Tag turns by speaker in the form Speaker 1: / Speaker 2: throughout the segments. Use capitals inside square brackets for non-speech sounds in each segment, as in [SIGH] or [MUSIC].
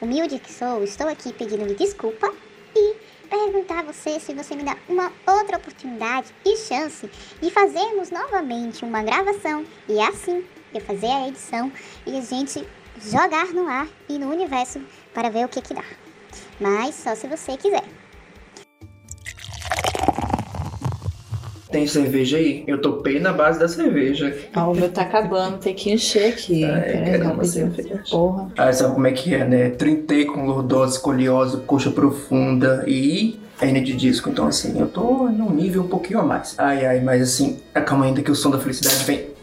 Speaker 1: humilde que sou, estou aqui pedindo-lhe desculpa e perguntar a você se você me dá uma outra oportunidade e chance de fazermos novamente uma gravação e assim eu fazer a edição e a gente jogar no ar e no universo para ver o que que dá. Mas só se você quiser.
Speaker 2: Tem cerveja aí? Eu topei na base da cerveja.
Speaker 3: Ah, o meu tá acabando, tem que encher aqui.
Speaker 2: Ai,
Speaker 3: Peraí,
Speaker 2: quero um uma
Speaker 3: rapidinho.
Speaker 2: cerveja.
Speaker 3: Porra.
Speaker 2: Ah, sabe como é que é, né? Trintei com lordose, escoliosa, coxa profunda e hernia de disco. Então, assim, eu tô num nível um pouquinho a mais. Ai, ai, mas assim, acalma ainda que o som da felicidade vem.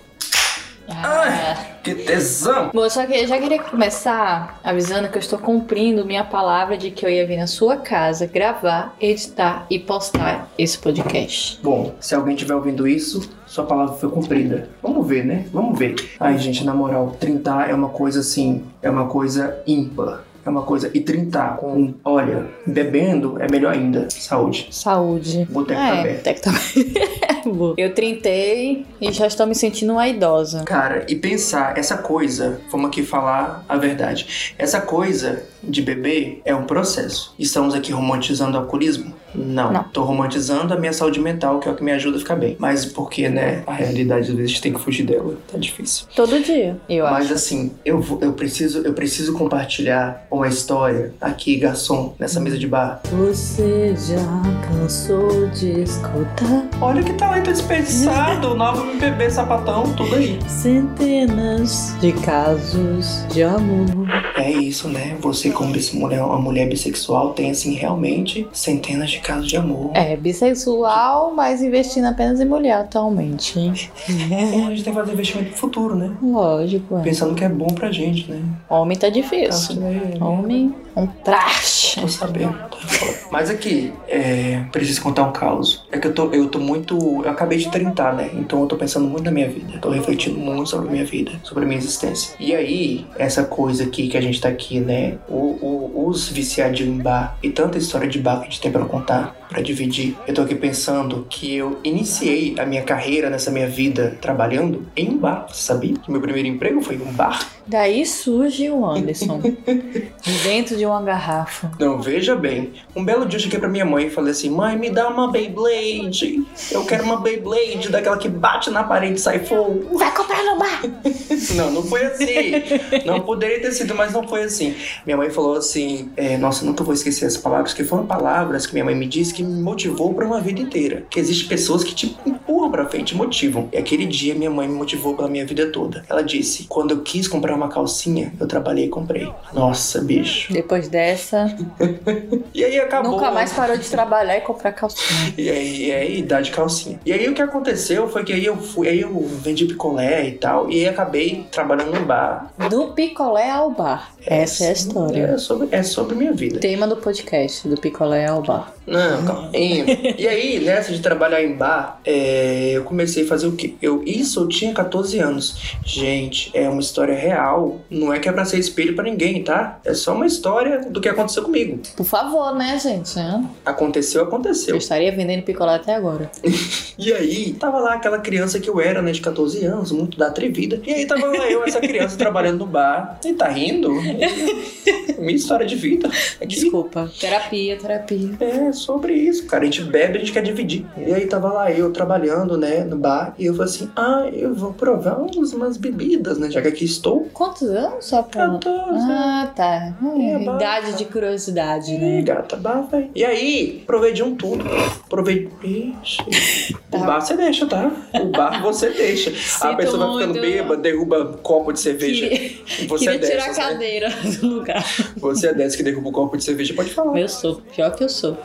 Speaker 3: Ah.
Speaker 2: Que tesão!
Speaker 3: Bom, só que eu já queria começar avisando que eu estou cumprindo minha palavra de que eu ia vir na sua casa gravar, editar e postar esse podcast.
Speaker 2: Bom, se alguém tiver ouvindo isso, sua palavra foi cumprida. Vamos ver, né? Vamos ver. Ai, gente, na moral, trintar é uma coisa assim, é uma coisa ímpar. É uma coisa. E trintar com, olha, bebendo é melhor ainda. Saúde.
Speaker 3: Saúde.
Speaker 2: Boteco tá
Speaker 3: É,
Speaker 2: aberto.
Speaker 3: até que tá [LAUGHS] Boa. Eu trintei e já estou me sentindo uma idosa.
Speaker 2: Cara, e pensar, essa coisa, vamos aqui falar a verdade. Essa coisa de beber é um processo. Estamos aqui romantizando o alcoolismo? Não.
Speaker 3: Não.
Speaker 2: Tô romantizando a minha saúde mental, que é o que me ajuda a ficar bem. Mas porque, né, a realidade às vezes tem que fugir dela. Tá difícil.
Speaker 3: Todo dia, eu acho.
Speaker 2: Mas assim, eu, vou- eu preciso eu preciso compartilhar uma história aqui, garçom, nessa mesa de bar.
Speaker 3: Você já cansou de escutar
Speaker 2: Olha que talento
Speaker 3: [LAUGHS]
Speaker 2: desperdiçado, novo bebê sapatão, tudo aí.
Speaker 3: centenas de casos de amor.
Speaker 2: É isso, né? Você, como bis- mulher, uma mulher bissexual, tem, assim, realmente centenas de casos de amor.
Speaker 3: É, bissexual, mas investindo apenas em mulher atualmente.
Speaker 2: É, a gente tem que fazer investimento pro futuro, né?
Speaker 3: Lógico, é.
Speaker 2: Pensando que é bom pra gente, né?
Speaker 3: Homem tá
Speaker 2: Isso,
Speaker 3: difícil.
Speaker 2: né?
Speaker 3: Homem, um traste.
Speaker 2: Tô sabendo. tá foda. Mas aqui, é, preciso contar um caos. É que eu tô, eu tô muito. Eu acabei de 30, né? Então eu tô pensando muito na minha vida. Tô refletindo muito sobre a minha vida, sobre a minha existência. E aí, essa coisa aqui que a gente tá aqui, né? O, o- os viciados em bar e tanta história de bar que a gente tem pra contar, pra dividir. Eu tô aqui pensando que eu iniciei a minha carreira nessa minha vida trabalhando em um bar. Você sabia? Que meu primeiro emprego foi em um bar.
Speaker 3: Daí surge o
Speaker 2: [LAUGHS]
Speaker 3: Anderson. dentro de uma garrafa.
Speaker 2: Não, Então, veja bem. Um belo dia eu cheguei pra minha mãe e falei assim: Mãe, me dá uma Beyblade. Eu quero uma Beyblade, daquela que bate na parede e sai fogo.
Speaker 1: Vai comprar no bar!
Speaker 2: Não, não foi assim. Não poderia ter sido, mas não foi assim. Minha mãe falou assim: é, Nossa, eu nunca vou esquecer essas palavras, que foram palavras que minha mãe me disse que me motivou pra uma vida inteira. Que existem pessoas que te empurram pra frente, motivam. E aquele dia minha mãe me motivou pela minha vida toda. Ela disse: Quando eu quis comprar uma calcinha, eu trabalhei e comprei. Nossa, bicho.
Speaker 3: Depois dessa,
Speaker 2: E aí acabou. né?
Speaker 3: nunca mais parou de trabalhar e comprar calcinha.
Speaker 2: E aí, e aí dá de calcinha. E aí o que aconteceu foi que aí eu fui, aí eu vendi picolé e tal, e aí acabei trabalhando num bar.
Speaker 3: Do picolé ao bar. Essa é a história.
Speaker 2: É sobre, é sobre minha vida.
Speaker 3: Tema do podcast, do picolé ao bar.
Speaker 2: Não, calma. E, e aí, nessa de trabalhar em bar, é, eu comecei a fazer o quê? Eu, isso eu tinha 14 anos. Gente, é uma história real. Não é que é pra ser espelho pra ninguém, tá? É só uma história do que aconteceu comigo.
Speaker 3: Por favor, né, gente?
Speaker 2: Aconteceu, aconteceu.
Speaker 3: Eu estaria vendendo picolé até agora.
Speaker 2: E aí, tava lá aquela criança que eu era, né, de 14 anos, muito da atrevida. E aí tava lá eu, essa criança, trabalhando no bar. E tá rindo? Minha história de vida. Aqui.
Speaker 3: Desculpa. Terapia, terapia.
Speaker 2: É sobre isso, cara. A gente bebe, a gente quer dividir. E aí tava lá eu trabalhando, né, no bar. E eu falei assim: ah, eu vou provar uns- umas bebidas, né, já que aqui estou.
Speaker 3: Quantos anos só pra...
Speaker 2: 14.
Speaker 3: Ah, tá. Hum,
Speaker 2: É, bom.
Speaker 3: idade de curiosidade,
Speaker 2: Ih,
Speaker 3: né?
Speaker 2: gata, bafa aí. E aí, provei de um tudo. Provei. Ixi. O
Speaker 3: Tá.
Speaker 2: bar você deixa, tá? O bar você deixa. a
Speaker 3: Sinto
Speaker 2: pessoa vai
Speaker 3: muito.
Speaker 2: ficando bêbada, derruba copo de cerveja. Você é
Speaker 3: Queria tirar a
Speaker 2: dessas, né?
Speaker 3: cadeira do lugar.
Speaker 2: Você é dessa que derruba o copo de cerveja, pode falar.
Speaker 3: Eu sou. Pior que eu sou.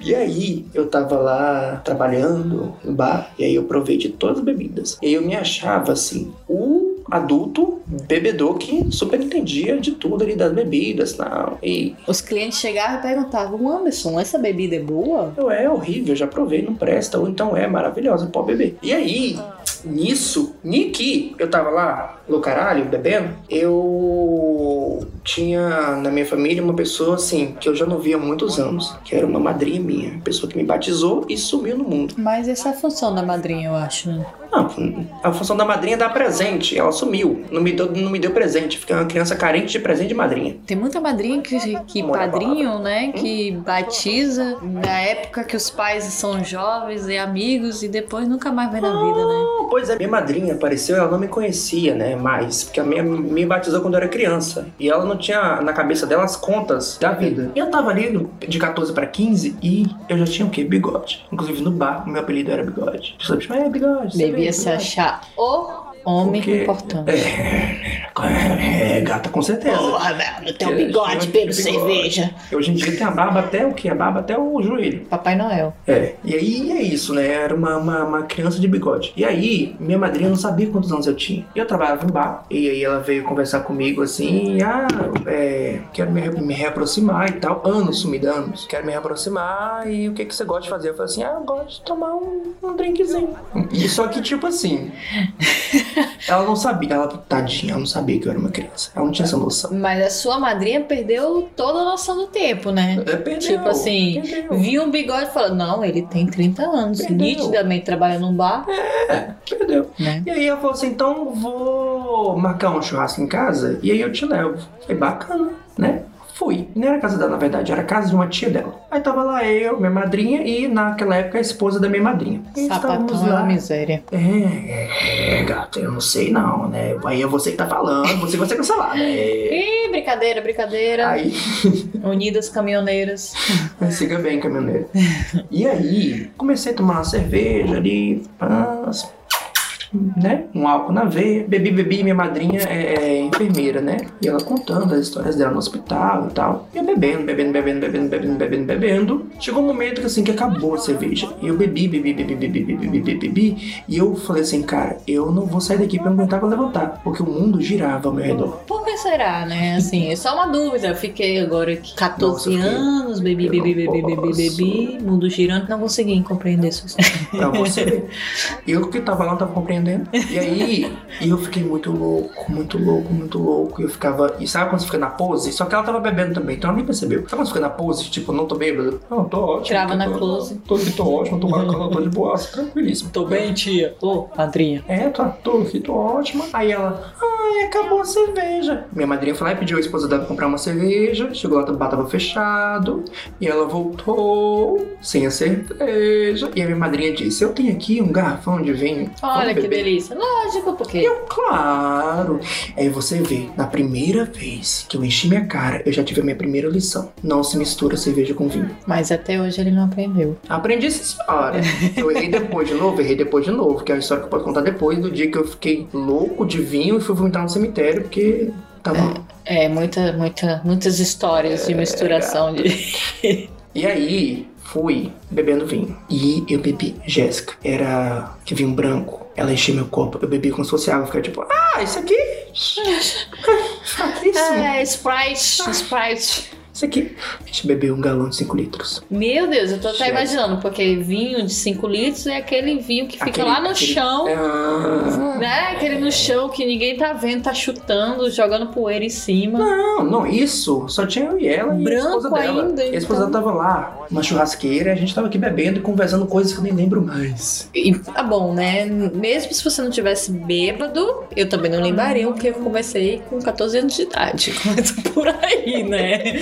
Speaker 2: E aí, eu tava lá trabalhando no bar, e aí eu provei de todas as bebidas. E aí eu me achava assim, o adulto bebedor que super entendia de tudo ali das bebidas, tal. E
Speaker 3: Os clientes chegavam e perguntavam, Anderson, essa bebida é boa?
Speaker 2: Eu, é horrível, já provei, não presta, ou então é maravilhosa, pode beber. E aí, nisso, Niki, eu tava lá no caralho bebendo, eu tinha na minha família uma pessoa assim que eu já não via há muitos anos, que era uma madrinha minha, pessoa que me batizou e sumiu no mundo.
Speaker 3: Mas essa é a função da madrinha, eu acho, né?
Speaker 2: Não, a função da madrinha é dar presente, ela sumiu, não me deu, não me deu presente, fiquei uma criança carente de presente de madrinha.
Speaker 3: Tem muita madrinha que, que
Speaker 2: Mora
Speaker 3: padrinho, né? Que batiza na época que os pais são jovens e amigos e depois nunca mais vê na vida, né?
Speaker 2: Não, Pois é, minha madrinha apareceu, ela não me conhecia, né, mais, porque a minha me batizou quando eu era criança, e ela não tinha na cabeça dela as contas da vida. E eu tava ali no- de 14 pra 15 e eu já tinha o quê? Bigode. Inclusive no bar, meu apelido era Bigode. As pessoas me chamavam, é, Bigode. você
Speaker 3: Devia
Speaker 2: veio,
Speaker 3: se
Speaker 2: Bigode."
Speaker 3: achar o homem
Speaker 2: Porque-
Speaker 3: importante.
Speaker 2: É, é, gata, com certeza.
Speaker 4: Porra, velho, tem um
Speaker 2: Que
Speaker 4: bigode,
Speaker 2: chama
Speaker 4: Pedro
Speaker 2: bigode.
Speaker 4: Cerveja.
Speaker 2: Hoje em dia tem a barba até o quê? A barba até o joelho.
Speaker 3: Papai Noel.
Speaker 2: É. E aí é isso, né? Era uma, uma, uma criança de bigode. E aí, minha madrinha não sabia quantos anos eu tinha. E eu trabalhava em bar. E aí ela veio conversar comigo assim, ah, é, quero me, re- me reaproximar e tal. Anos sumida, anos. Quero me reaproximar e o que, que você gosta de fazer? Eu falei assim, ah, eu gosto de tomar um, um drinkzinho. E só que tipo
Speaker 3: [LAUGHS]
Speaker 2: assim, ela não sabia, ela, tadinha, ela não sabia que eu era uma criança. Ela não tinha essa noção.
Speaker 3: Mas a sua madrinha perdeu toda a noção do tempo, né?
Speaker 2: É, perdeu,
Speaker 3: Tipo assim,
Speaker 2: perdeu.
Speaker 3: Viu um bigode e falou: Não, ele tem 30 anos.
Speaker 2: Perdeu.
Speaker 3: Nitidamente trabalha num bar,
Speaker 2: Perdeu.
Speaker 3: né?
Speaker 2: E aí ela falou assim, então vou marcar um churrasco em casa e aí eu te levo. Falei, bacana, né? Fui. Não era a casa dela, na verdade, era a casa de uma tia dela. Aí tava lá eu, minha madrinha e naquela época a esposa da minha madrinha. E estávamos
Speaker 3: Sapatão é uma miséria.
Speaker 2: É, é, gato, eu não sei não, né? Aí é você que tá falando, você vai ser cancelado. É.
Speaker 3: Ih, brincadeira, brincadeira.
Speaker 2: Aí,
Speaker 3: Unidas caminhoneiras.
Speaker 2: siga bem, caminhoneiro. E aí, comecei a tomar uma cerveja ali, pás, né? Um álcool na veia. Bebi, bebi, minha madrinha é, é enfermeira, né? E ela contando as histórias dela no hospital e tal. E eu bebendo, bebendo, bebendo, bebendo, bebendo, bebendo, bebendo. Chegou um momento que assim que acabou a cerveja. E eu bebi, bebi, bebi, bebi, bebi, bebi, bebi, bebi. E eu falei assim, cara, eu não vou sair daqui pra não aguentar pra levantar. Porque o mundo girava ao meu redor.
Speaker 3: Por que será, né? Assim, é só uma dúvida. Eu fiquei agora aqui
Speaker 2: Nossa,
Speaker 3: 14
Speaker 2: eu fiquei-
Speaker 3: anos, bebi,
Speaker 2: eu não
Speaker 3: bebi, bebi, bebi,
Speaker 2: posso.
Speaker 3: bebi, mundo girando, não consegui compreender isso.
Speaker 2: pra você. Eu que tava lá não tava compreendendo. E aí, e eu fiquei muito louco, muito louco, muito louco. E eu ficava. E sabe quando você fica na pose? Só que ela tava bebendo também, então ela nem percebeu. Sabe quando você fica na pose? Tipo, não tô bêbado? Não, tô ótimo.
Speaker 3: Crava
Speaker 2: tô-
Speaker 3: na
Speaker 2: tô-
Speaker 3: close.
Speaker 2: Tô, tô, tô ótimo, tô bacana, tô de boa, tranquilíssimo.
Speaker 3: Tô bem, tia. Ô, madrinha.
Speaker 2: É, tô, tô aqui, tô ótima. Aí ela, ai, acabou a cerveja. Minha madrinha foi lá e pediu a esposa dela pra comprar uma cerveja. Chegou lá, o bar tava fechado. E ela voltou sem a cerveja. E a minha madrinha disse: Eu tenho aqui um garrafão de vinho.
Speaker 3: Olha
Speaker 2: Vamos
Speaker 3: que
Speaker 2: beber?"
Speaker 3: delícia. Lógico,
Speaker 2: E
Speaker 3: porque.
Speaker 2: Eu, claro. Aí você vê, na primeira vez que eu enchi minha cara, eu já tive a minha primeira lição. Não se mistura cerveja com vinho.
Speaker 3: Mas até hoje ele não aprendeu.
Speaker 2: Aprendi essa história. Eu errei depois de novo, errei depois de novo, que é uma história que eu posso contar depois do dia que eu fiquei louco de vinho e fui vomitar no cemitério, porque tava.
Speaker 3: É, muita, muita, muitas histórias de misturação de.
Speaker 2: E aí, fui bebendo vinho. E eu bebi Jéssica. Era que vinho branco. Ela encheu meu copo. Eu bebi como se fosse água. Ficava tipo, ah, isso aqui. Fraquíssimo.
Speaker 3: Ah, Sprite, Sprite.
Speaker 2: Isso aqui. A gente bebeu um galão de 5 litros.
Speaker 3: Meu Deus, eu tô até
Speaker 2: Gente.
Speaker 3: imaginando, porque vinho de 5 litros é aquele vinho que fica
Speaker 2: Aquele-
Speaker 3: lá no
Speaker 2: aquele-
Speaker 5: Oh.
Speaker 3: chão.
Speaker 2: Ah,
Speaker 3: Né? Aquele no chão que ninguém tá vendo, tá chutando, jogando poeira em [LAUGHS] cima.
Speaker 2: Não, não, isso. Só tinha eu e ela e a
Speaker 3: Branco
Speaker 2: esposa dela.
Speaker 3: ainda, então.
Speaker 2: A esposa dela tava lá, na churrasqueira, a gente tava aqui bebendo e conversando coisas que eu nem lembro mais.
Speaker 3: E tá bom, né? Mesmo se você não tivesse bêbado, eu também não lembraria, porque eu comecei com 14 anos de idade. [LAUGHS] Começa por aí, né?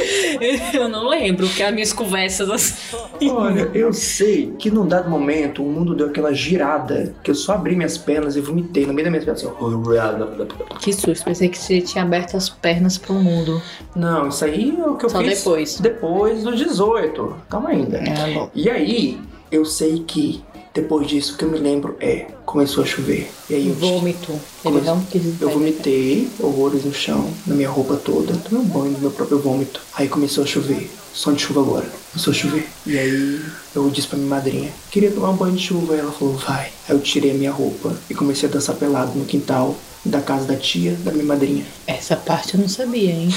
Speaker 3: Eu não lembro, porque as minhas conversas assim.
Speaker 2: Olha, eu sei que num dado momento o mundo deu aquela girada que eu só abri minhas pernas e vomitei no meio das minhas pernas. assim,
Speaker 3: Que susto, pensei que você tinha aberto as pernas pro mundo.
Speaker 2: Não, isso aí é o que eu
Speaker 3: Só
Speaker 2: fiz
Speaker 3: depois.
Speaker 2: depois dos 18. Calma ainda.
Speaker 3: É, bom.
Speaker 2: E aí, eu sei que depois disso o que eu me lembro é começou a chover. E aí eu
Speaker 3: Vômito. Ele não quis.
Speaker 2: Eu vomitei horrores no chão, na minha roupa toda. Tomei um banho no meu próprio vômito. Aí começou a chover. Som de chuva agora. Começou a chover. E aí eu disse pra minha madrinha, queria tomar um banho de chuva. E ela falou, vai. Aí eu tirei a minha roupa e comecei a dançar pelado no quintal da casa da tia, da minha madrinha.
Speaker 3: Essa parte eu não sabia, hein?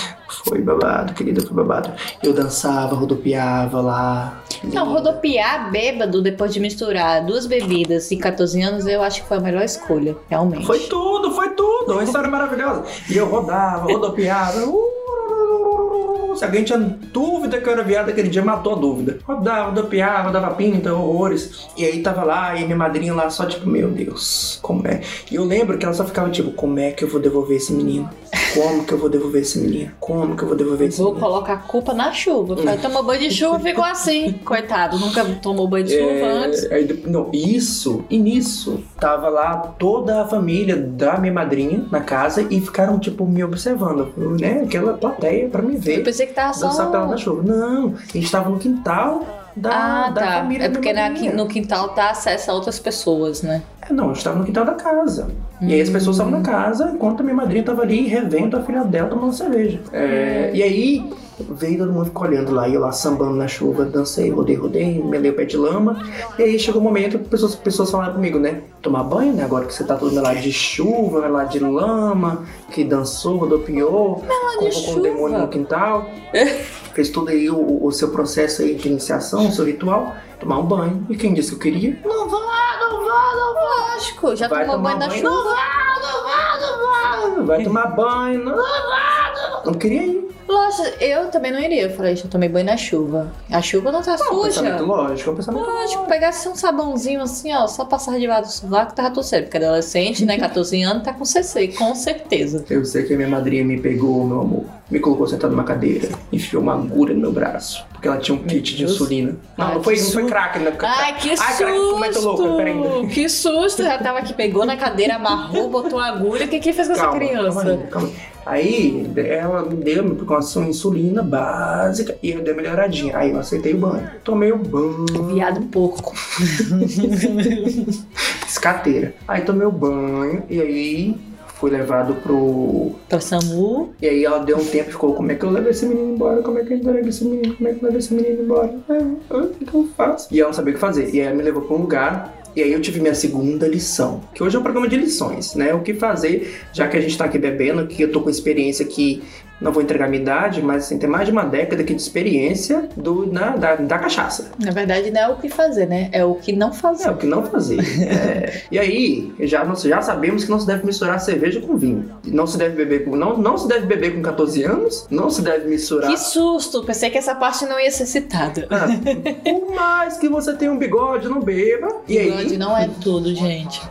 Speaker 2: Foi babado, querida, foi babado. Eu dançava, rodopiava lá.
Speaker 3: Não, rodopiar bêbado depois de misturar duas bebidas e 14 anos, eu acho que foi a melhor escolha, realmente.
Speaker 2: Foi tudo, foi tudo. Uma história maravilhosa. E eu rodava, rodopiava. Uh, Então, se alguém tinha dúvida que eu era viado aquele dia, matou a dúvida. Rodava, rodopiava, dava pinta, horrores. E aí tava lá, e minha madrinha lá só tipo, meu Deus, como é? E eu lembro que ela só ficava tipo, como é que eu vou devolver esse menino? Como que eu vou devolver esse menino? Como que eu vou devolver esse
Speaker 3: Vou
Speaker 2: menino?
Speaker 3: colocar a culpa na chuva. Falei, tomou banho de chuva, ficou assim. Coitado, nunca tomou banho de chuva antes.
Speaker 2: É, aí de- não, isso, e nisso, tava lá toda a família da minha madrinha na casa e ficaram, tipo, me observando, né? Aquela plateia pra me
Speaker 3: Eu
Speaker 2: ver
Speaker 3: pensei que tava só.
Speaker 2: dançar pelado na chuva. Não, a gente tava no quintal da,
Speaker 3: Ah,
Speaker 2: da
Speaker 3: tá.
Speaker 2: família
Speaker 3: É
Speaker 2: da
Speaker 3: porque
Speaker 2: minha
Speaker 3: na-
Speaker 2: madrinha.
Speaker 3: no quintal tá acesso a outras pessoas, né?
Speaker 2: É, não, a gente tava no quintal da casa. E aí as pessoas estavam na casa, enquanto a minha madrinha tava ali revendo a filha dela tomando cerveja. É, E aí veio todo mundo ficou olhando lá, e eu lá sambando na chuva, dancei, rodei, rodei, melei o pé de lama. E aí chegou o um momento que pessoas, pessoas falaram comigo, né? Tomar banho, né? Agora que você tá todo melado de chuva, melado de lama, que dançou, rodopiou, convocou
Speaker 3: chuva?
Speaker 2: um demônio no quintal. Fez todo aí o, o seu processo aí de iniciação, o seu ritual, tomar um banho. E quem disse que eu queria?
Speaker 3: Não vá, não vá, não vá. Lógico, já
Speaker 2: Vai
Speaker 3: tomou
Speaker 2: tomar
Speaker 3: banho na
Speaker 2: banho.
Speaker 3: chuva.
Speaker 2: Vai tomar banho, não. Não queria ir.
Speaker 3: Lógico, eu também não iria. Eu falei, já tomei banho na chuva. A chuva não tá
Speaker 2: É um
Speaker 3: suja.
Speaker 2: pensamento lógico, é um pensamento
Speaker 3: Lógico, pegasse um sabãozinho assim, ó, só passar debaixo do sovaco, tava tudo certo. Porque adolescente, né, 14 anos, tá com CC, com certeza.
Speaker 2: Eu sei que a minha madrinha me pegou, meu amor. Me colocou sentado numa cadeira, enfiou uma agulha no meu braço. Porque ela tinha um kit de
Speaker 3: Deus.
Speaker 2: insulina. Não,
Speaker 3: Ai,
Speaker 2: não foi,
Speaker 3: que
Speaker 2: não foi
Speaker 3: susto.
Speaker 2: crack, né?
Speaker 3: Ai, que
Speaker 2: Ai,
Speaker 3: susto!
Speaker 2: caraca, como é que eu louco? Peraí.
Speaker 3: que susto! Já tava aqui, pegou na cadeira, amarrou, botou a agulha. O que que fez com é essa criança?
Speaker 2: Calma, aí, calma. aí. Aí ela me deu me colocou uma insulina básica e eu dei uma melhoradinha. Aí eu aceitei o banho. Tomei o banho.
Speaker 3: Viado um porco.
Speaker 2: Escateira. Aí tomei o banho e aí fui levado pro
Speaker 3: Pra Samu.
Speaker 2: E aí ela deu um tempo e ficou, como é que eu levo esse menino embora? Como é que eu levo esse menino? Como é que eu levo esse menino embora? Ah, ah, O que que eu faço? E ela não sabia o que fazer. E aí ela me levou pra um lugar. E aí eu tive minha segunda lição. Que hoje é um programa de lições, né? O que fazer, já que a gente tá aqui bebendo, que eu tô com experiência que... Não vou entregar minha idade, mas assim, tem mais de uma década aqui de experiência do, na- da, da cachaça.
Speaker 3: Na verdade, não é o que fazer, né? É o que não
Speaker 2: É,
Speaker 3: fazer.
Speaker 2: o que não fazer. É. E aí, já, nós já sabemos que não se deve misturar cerveja com vinho. Não se deve beber com. Não, não se deve beber com 14 anos, não se deve misturar.
Speaker 3: Que susto! Pensei que essa parte não ia ser citada.
Speaker 2: Ah, Por mais que você tenha um bigode, não beba. E
Speaker 3: Bigode
Speaker 2: aí,
Speaker 3: não é tudo, gente.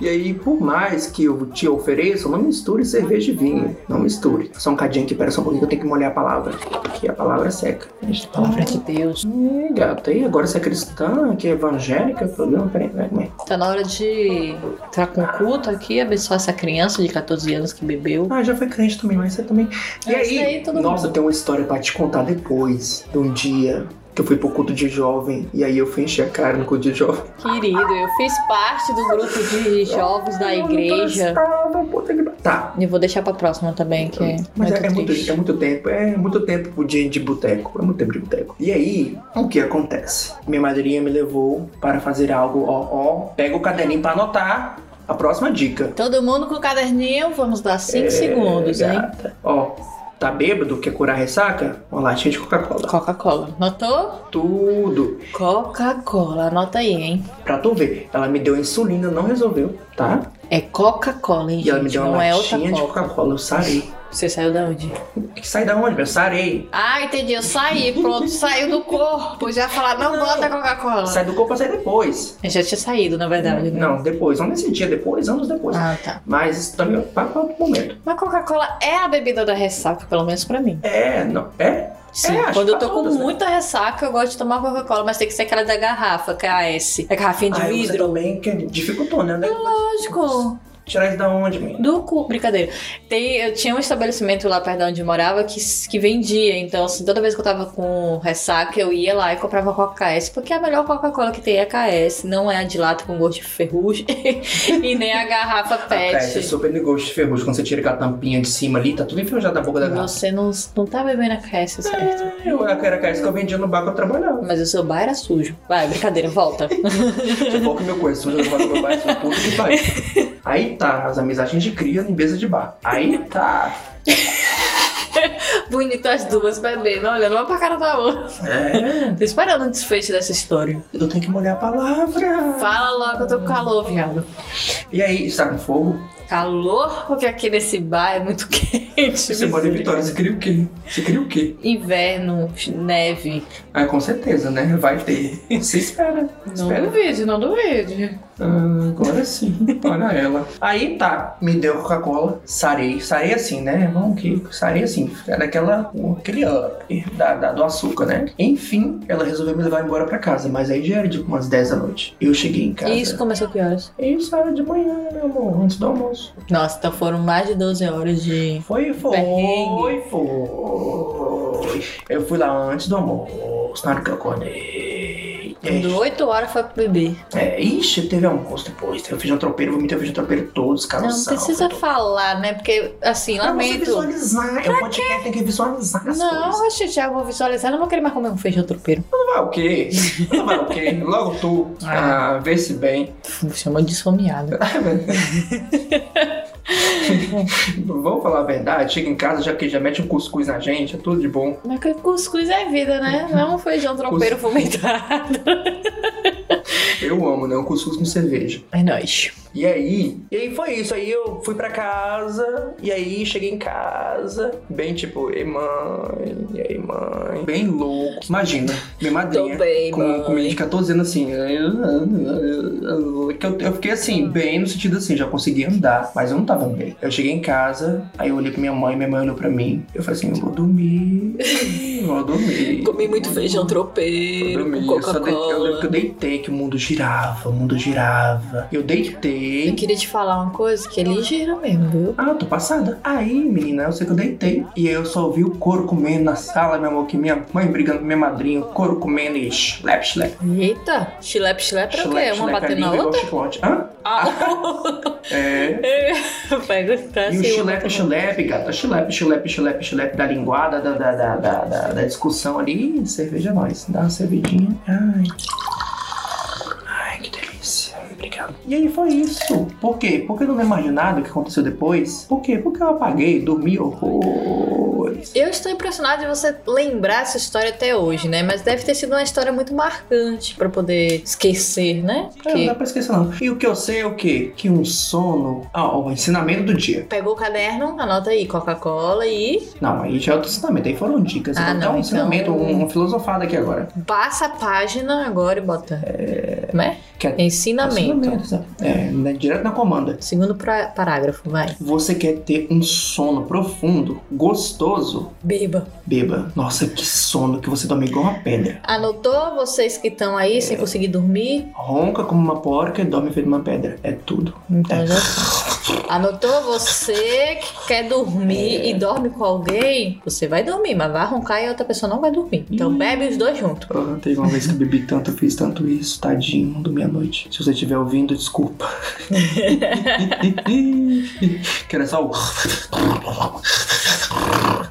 Speaker 2: e aí, por mais que eu te ofereça, não misture cerveja e vinho. Não misture. Só um cadinho aqui, pera só um pouquinho que eu tenho que molhar a palavra. Que a palavra é seca. Esta palavra
Speaker 3: Palavra
Speaker 2: aqui.
Speaker 3: de Deus.
Speaker 2: Ih, gata, e agora você é cristã, que é evangélica? Problema, peraí, peraí, peraí.
Speaker 3: Tá na hora de entrar com o culto aqui, abençoar essa criança de 14 anos que bebeu.
Speaker 2: Ah, já foi crente também, mas você também. E
Speaker 3: É,
Speaker 2: aí,
Speaker 3: isso aí, todo
Speaker 2: nossa,
Speaker 3: mundo.
Speaker 2: eu tenho uma história pra te contar depois de um dia que eu fui pro culto de jovem e aí eu fui encher a cara no culto de jovem.
Speaker 3: Querido, eu fiz parte do grupo de jovens da
Speaker 2: Eu não
Speaker 3: igreja.
Speaker 2: prestava, puta que pa- Tá.
Speaker 3: E vou deixar pra próxima também, que é
Speaker 2: Mas é, é muito,
Speaker 3: triste.
Speaker 2: é muito tempo, é muito tempo de, de boteco, é muito tempo de boteco. E aí, o que acontece? Minha madrinha me levou para fazer algo, ó, ó, pega o caderninho pra anotar a próxima dica.
Speaker 3: Todo mundo com o caderninho, vamos dar
Speaker 2: É,
Speaker 3: 5 segundos, hein?
Speaker 2: Gata. Ó, tá bêbado, quer curar a ressaca? Uma latinha de Coca-Cola.
Speaker 3: Coca-Cola. Notou?
Speaker 2: Tudo.
Speaker 3: Coca-Cola. Anota aí, hein?
Speaker 2: Pra tu ver, ela me deu insulina, não resolveu, tá?
Speaker 3: É Coca-Cola, hein,
Speaker 2: E ela me
Speaker 3: gente?
Speaker 2: deu uma
Speaker 3: Não é outra
Speaker 2: latinha de
Speaker 3: Coca.
Speaker 2: Coca-Cola, eu sarei.
Speaker 3: Você saiu da onde?
Speaker 2: Que sai da onde, velho? Sarei.
Speaker 3: Ah, entendi. Eu saí, pronto. saiu do corpo. Já falar, não bota Coca-Cola.
Speaker 2: Sai do corpo, sai depois.
Speaker 3: Eu já tinha saído, na verdade. né?
Speaker 2: Não, depois, não nesse dia, depois, anos depois.
Speaker 3: Ah, tá.
Speaker 2: Mas isso também é para outro momento.
Speaker 3: Mas Coca-Cola é a bebida da ressaca, pelo menos pra mim.
Speaker 2: É, não, é?
Speaker 3: Sim,
Speaker 2: acho
Speaker 3: quando
Speaker 2: que
Speaker 3: eu tô
Speaker 2: pra
Speaker 3: com
Speaker 2: todas, né?
Speaker 3: muita ressaca, eu gosto de tomar Coca-Cola, mas tem que ser aquela da garrafa, que é a S. É garrafinha de
Speaker 2: Aí Ah, você
Speaker 3: vidro.
Speaker 2: também que dificultou, né? Onde é que vai
Speaker 3: Lógico.
Speaker 2: Tirar isso da onde, menina?
Speaker 3: Do cu, brincadeira. Tem, eu tinha um estabelecimento lá perto de onde eu morava que, que vendia. Então, assim, toda vez que eu tava com ressaca, eu ia lá e comprava Coca-S, porque a melhor Coca-Cola que tem é a KS. Não é a de lata com gosto de ferrugem [LAUGHS] e nem a garrafa
Speaker 2: Cara, esse
Speaker 3: PET.
Speaker 2: É, super negócio de ferrugem, quando você tira aquela tampinha de cima ali, tá tudo enferrujado na boca da garrafa.
Speaker 3: Você não, não tá bebendo a KS, certo?
Speaker 2: Eu era cara isso que eu vendia no bar que eu trabalhava.
Speaker 3: Mas o seu bar era sujo. Vai, brincadeira, volta.
Speaker 2: Você foca meu coisa, suja no meu bar, isso é puta que pariu. Aí tá, as amizades de cria em mesa de bar. Aí tá.
Speaker 3: Bonito as duas bebendo, olhando uma pra cara da outra.
Speaker 2: É,
Speaker 3: Tô esperando o desfecho dessa história.
Speaker 2: eu tenho que molhar a palavra.
Speaker 3: Fala logo, eu tô com calor, viado.
Speaker 2: E aí, está com fogo?
Speaker 3: Calor, porque aqui nesse bar é muito [LAUGHS] quente.
Speaker 2: Você mora em Vitória, você queria o quê? Você queria o quê?
Speaker 3: Inverno, neve.
Speaker 2: Ah, com certeza, né? Vai ter. Se espera.
Speaker 3: Não
Speaker 2: Espera.
Speaker 3: duvide, não duvide.
Speaker 2: Ah, agora sim. Olha ela. Aí tá, me deu Coca-Cola, sarei. Sarei assim, né? Vamos que sarei assim. Era aquela, aquele up da, da- do açúcar, né? Enfim, ela resolveu me levar embora pra casa, mas aí já era tipo umas 10 da noite. Eu cheguei em casa.
Speaker 3: E isso começou que horas?
Speaker 2: Isso era de manhã, né, meu amor, antes do almoço.
Speaker 3: Nossa, então foram mais de 12 horas de.
Speaker 2: Foi, foi,
Speaker 3: Perrengue.
Speaker 2: foi. Eu fui lá antes do almoço, na hora que eu acordei. E aí,
Speaker 3: De 8 horas foi pro bebê.
Speaker 2: É, ixi, teve almoço depois. Teve feijão tropeiro, vomitei o feijão tropeiro todos, cara.
Speaker 3: Não, não precisa falar, né? Porque, assim,
Speaker 2: Pra você
Speaker 3: lamento.
Speaker 2: visualizar. É o podcast tem que visualizar as coisas.
Speaker 3: Não, gente, já vou visualizar. Eu não vou querer mais comer um feijão tropeiro.
Speaker 2: Não vai o quê? Não vai o [LAUGHS] quê? Logo tu.
Speaker 3: Ah.
Speaker 2: Ah, vê se bem.
Speaker 3: Chama de esfomeado.
Speaker 2: Vamos falar a verdade. Chega em casa, já que já mete um cuscuz na gente, é tudo de bom.
Speaker 3: Mas que cuscuz é
Speaker 2: [LAUGHS]
Speaker 3: vida, né? Não é um feijão tropeiro fomentado.
Speaker 2: Eu amo, né? Um cuscuz com cerveja.
Speaker 3: É nóis.
Speaker 2: E aí? E aí foi isso. Aí eu fui pra casa, e aí cheguei em casa, bem tipo, ei mãe, e aí mãe. Bem louco. Imagina, minha madrinha.
Speaker 3: Tô bem,
Speaker 2: com,
Speaker 3: mãe.
Speaker 2: com menino de 14 anos assim. que Eu, eu fiquei assim, bem no sentido assim, já consegui andar, mas eu não tava bem. Eu cheguei em casa, aí eu olhei pra minha mãe, minha mãe olhou pra mim. Eu falei assim, eu vou dormir. Eu vou dormir.
Speaker 3: Comi muito feijão
Speaker 2: Eu
Speaker 3: tropeiro,
Speaker 2: dormi,
Speaker 3: com
Speaker 2: eu só deitei- eu lembro que eu
Speaker 3: Coca-Cola.
Speaker 2: deitei, que o mundo girava, o mundo girava. Eu deitei.
Speaker 3: Eu queria te falar uma coisa que é ligeira mesmo, viu?
Speaker 2: Ah, tô passada. Aí, menina, eu sei que eu deitei. E aí eu só ouvi o couro comendo na sala, meu amor, que minha mãe brigando com minha madrinha, o couro comendo e schlep, schlep.
Speaker 3: Eita, chilep, chilep era o quê? Uma batendo na outra?
Speaker 2: outra? Hã?
Speaker 3: Ah, [LAUGHS]
Speaker 2: É.
Speaker 3: Pega, tá
Speaker 2: E o
Speaker 3: assim, uma
Speaker 2: chulepe, chulepe, gata, chulepe, chulepe, chulepe, chulepe da linguada, da, da, da, da, da- da discussão ali, Ih, cerveja é nóis, dá uma cervejinha, ai, ai, que delícia, obrigado. E aí foi isso, por quê? Porque eu não lembro mais de nada o que aconteceu depois, por quê? Porque eu apaguei, dormi horrores.
Speaker 3: Eu estou impressionada de você lembrar essa história até hoje, né? Mas deve ter sido uma história muito marcante pra poder esquecer, né?
Speaker 2: É, Não
Speaker 3: Porque
Speaker 2: dá pra esquecer não. E o que eu sei é o quê? Que um sono, ah, o ensinamento do dia.
Speaker 3: pegou o caderno, anota aí, Coca-Cola e
Speaker 2: Não, aí já é outro ensinamento, aí foram dicas,
Speaker 3: Ah,
Speaker 2: ah,
Speaker 3: não,
Speaker 2: um ensinamento,
Speaker 3: então-
Speaker 2: um, um filosofado aqui agora.
Speaker 3: passa a página agora e bota. Né?
Speaker 2: Que é-
Speaker 3: Ensinamento.
Speaker 2: É, né, direto na comanda.
Speaker 3: Segundo pra- parágrafo, vai.
Speaker 2: Você quer ter um sono profundo, gostoso?
Speaker 3: Beba.
Speaker 2: Beba. Nossa, que sono que você dorme igual uma pedra.
Speaker 3: Anotou vocês que estão aí sem conseguir dormir?
Speaker 2: Ronca como uma porca e dorme feito uma pedra. É tudo.
Speaker 3: Então
Speaker 2: É.
Speaker 3: já. [LAUGHS] Anotou você que quer dormir e dorme com alguém? Você vai dormir, mas vai roncar e a outra pessoa não vai dormir. Então
Speaker 2: Ih.
Speaker 3: bebe os dois juntos.
Speaker 2: Ah, Teve uma vez que eu bebi tanto, eu fiz tanto isso, tadinho, dormi à noite. Se você estiver ouvindo, desculpa. que era só o.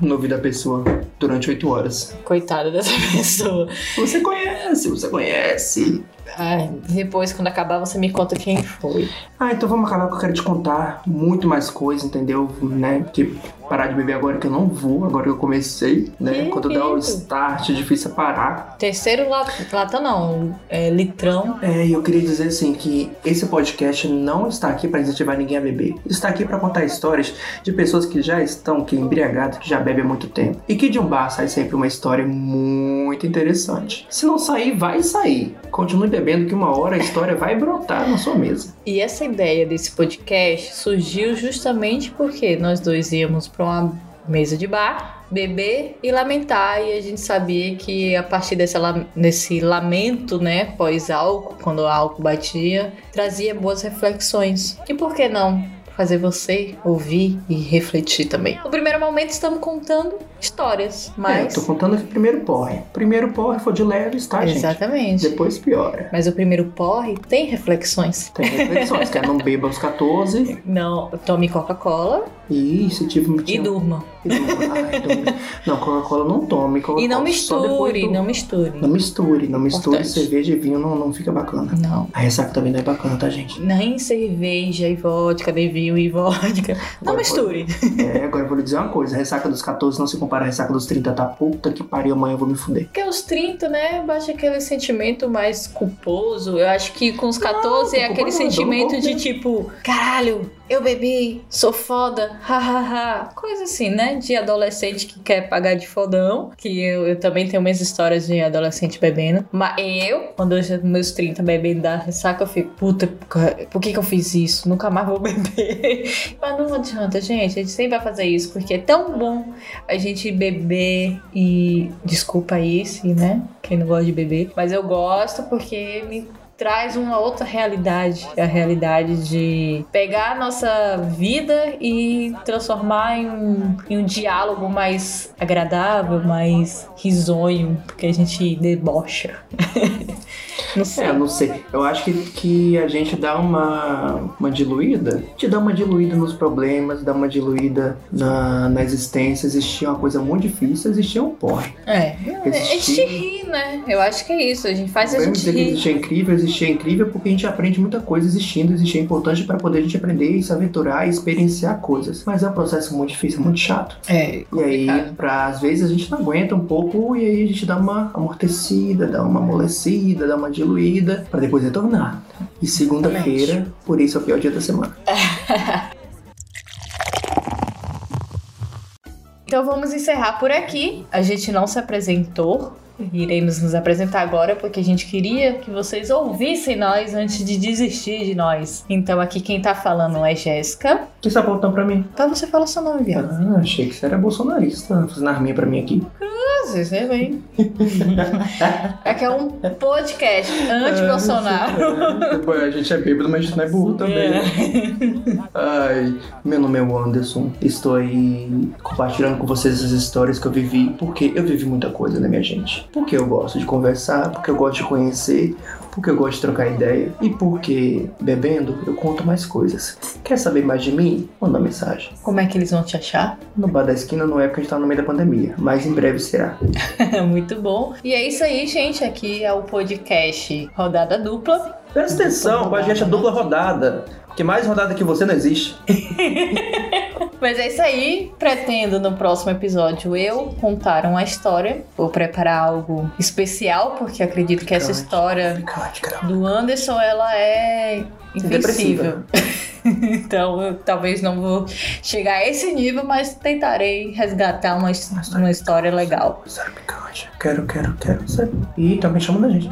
Speaker 2: no ouvido da pessoa durante oito horas.
Speaker 3: Coitada dessa [LAUGHS] pessoa.
Speaker 2: Você conhece, você conhece.
Speaker 3: Ai, depois, quando acabar, você me conta quem foi.
Speaker 2: Ah, então vamos acabar que eu quero te contar muito mais coisa, entendeu? Né? Que parar de beber agora que eu não vou, agora que eu comecei, né?
Speaker 3: Que
Speaker 2: Quando dá o
Speaker 3: lindo.
Speaker 2: start, é difícil parar.
Speaker 3: Terceiro la- latão, não. É, litrão.
Speaker 2: É, e eu queria dizer assim que esse podcast não está aqui para incentivar ninguém a beber. Está aqui para contar histórias de pessoas que já estão que embriagadas, que já bebem há muito tempo. E que de um bar sai sempre uma história muito interessante. Se não sair, vai sair. Continue bebendo que uma hora a história vai brotar na sua mesa.
Speaker 3: E essa ideia desse podcast surgiu justamente porque nós dois íamos para uma mesa de bar, beber e lamentar. E a gente sabia que a partir desse, la- desse lamento, né, pós-álcool, quando o álcool batia, trazia boas reflexões. E por que não? Fazer você ouvir e refletir também. No primeiro momento, estamos contando histórias,
Speaker 2: É,
Speaker 3: mas.
Speaker 2: tô contando que primeiro porre. Primeiro porre foi de leve, está, gente?
Speaker 3: Exatamente.
Speaker 2: Depois piora.
Speaker 3: Mas o primeiro porre tem reflexões. [LAUGHS]
Speaker 2: Tem reflexões, que é não beba aos 14.
Speaker 3: Não, tome Coca-Cola
Speaker 2: E se tive...
Speaker 5: E durma.
Speaker 2: E durma. Ai, durma. [LAUGHS] Não, Coca-Cola não tome. Coca-Cola
Speaker 5: E não
Speaker 2: só depois
Speaker 5: misture,
Speaker 2: do-
Speaker 5: não misture.
Speaker 2: Não misture, não misture
Speaker 5: Importante.
Speaker 2: cerveja e vinho, não, não fica bacana.
Speaker 5: Não.
Speaker 2: A ressaca também não é bacana, tá,
Speaker 5: [LAUGHS]
Speaker 2: gente?
Speaker 5: Nem cerveja e vodka, nem vinho e vodka. Não
Speaker 2: Agora
Speaker 5: misture.
Speaker 2: É, agora eu vou lhe dizer uma coisa: a ressaca dos 14 não se compara à ressaca dos 30, tá? Puta que pariu, amanhã eu vou me fuder.
Speaker 5: Porque aos 30, né, baixa aquele sentimento mais culposo. Eu acho que com os 14 é
Speaker 2: culpa
Speaker 5: aquele
Speaker 2: não, eu dou
Speaker 5: sentimento
Speaker 2: um
Speaker 5: de
Speaker 2: golpe.
Speaker 5: tipo, caralho, eu bebi, sou foda, hahaha. Coisa assim, né? De adolescente que quer pagar de fodão. Que eu, eu também tenho umas histórias de adolescente bebendo. Mas eu, quando eu já meus 30 bebendo da ressaca, eu fico, puta, por que, que eu fiz isso? Nunca mais vou beber. [LAUGHS] Mas não adianta, gente. A gente sempre vai fazer isso, porque é tão bom a gente beber e. Desculpa aí se, né? Quem não gosta de beber. Mas eu gosto porque me traz uma outra realidade. A realidade de pegar a nossa vida e transformar em um, em um diálogo mais agradável, mais risonho, porque a gente debocha. não sei.
Speaker 2: É, não sei. Eu acho que, que a gente dá uma, uma diluída. Te dá uma diluída nos problemas, dá uma diluída na, na existência. Existia é uma coisa muito difícil, existia um porre.
Speaker 5: É. A gente
Speaker 2: Existir.
Speaker 5: ri, né? Eu acho que é isso. A gente faz a
Speaker 2: Vamos
Speaker 5: gente
Speaker 2: dizer que
Speaker 5: rir.
Speaker 2: existia incrível, existia incrível porque a gente aprende muita coisa existindo, existia importante pra poder a gente aprender e se aventurar e experienciar coisas. Mas é um processo muito difícil, muito chato.
Speaker 5: É.
Speaker 2: E aí,
Speaker 5: Complicado.
Speaker 2: pra, às vezes a gente não aguenta um pouco e aí a gente dá uma amortecida, dá uma amolecida, dá uma diluída pra depois retornar. E segunda-feira, por isso é o pior dia da semana.
Speaker 5: Então vamos encerrar por aqui. A gente não se apresentou. Iremos nos apresentar agora porque a gente queria que vocês ouvissem nós antes de desistir de nós. Então aqui quem tá falando é Jéssica.
Speaker 2: O que você tá apontando pra mim?
Speaker 5: Então você fala seu nome, viado.
Speaker 2: Ah, achei que você era bolsonarista, fazendo arminha pra mim aqui.
Speaker 5: Vocês né, bem. Aqui é um podcast
Speaker 2: [LAUGHS]
Speaker 5: anti-Bolsonaro.
Speaker 2: É, a gente é bêbado, mas a gente não é burro também. né? Ai, meu nome é o Anderson. Estou aí compartilhando com vocês essas histórias que eu vivi, porque eu vivi muita coisa, né, minha gente? Porque eu gosto de conversar, porque eu gosto de conhecer, porque eu gosto de trocar ideia e porque bebendo eu conto mais coisas. Quer saber mais de mim? Manda uma mensagem.
Speaker 5: Como é que eles vão te achar? [LAUGHS]
Speaker 2: No bar da esquina não é porque a gente tá no meio da pandemia, mas em breve será.
Speaker 5: Muito bom. E é isso aí, gente. Aqui é o podcast Rodada Dupla.
Speaker 2: Presta atenção, com a gente é dupla rodada. Porque mais rodada que você não existe.
Speaker 5: Mas é isso aí. Pretendo no próximo episódio eu contar uma história. Vou preparar algo especial, porque acredito que essa
Speaker 2: Picante.
Speaker 5: história
Speaker 2: Picante, cara.
Speaker 5: do Anderson ela é invencível.
Speaker 2: Depressiva.
Speaker 5: [LAUGHS] Então eu talvez não vou chegar a esse nível, mas tentarei resgatar uma, his- uma história legal. [LAUGHS]
Speaker 2: Sério, picante. Quero, quero, quero. Sério. Ih, tá me chamando a gente.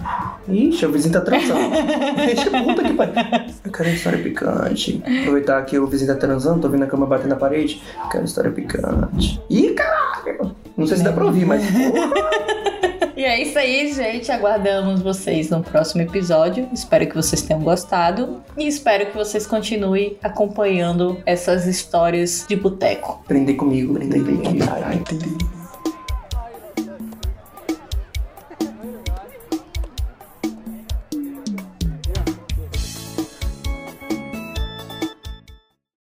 Speaker 2: Ixi, o vizinho tá transando. Deixa puta que pariu. Eu quero história picante. Aproveitar que o vizinho tá transando, tô vendo a cama batendo na parede. Quero história picante. Ih, caralho. Não sei se dá pra ouvir, mas.
Speaker 5: E é isso aí, gente. Aguardamos vocês no próximo episódio. Espero que vocês tenham gostado e espero que vocês continuem acompanhando essas histórias de boteco.
Speaker 2: Prender comigo, prender comigo. Ai, entendi.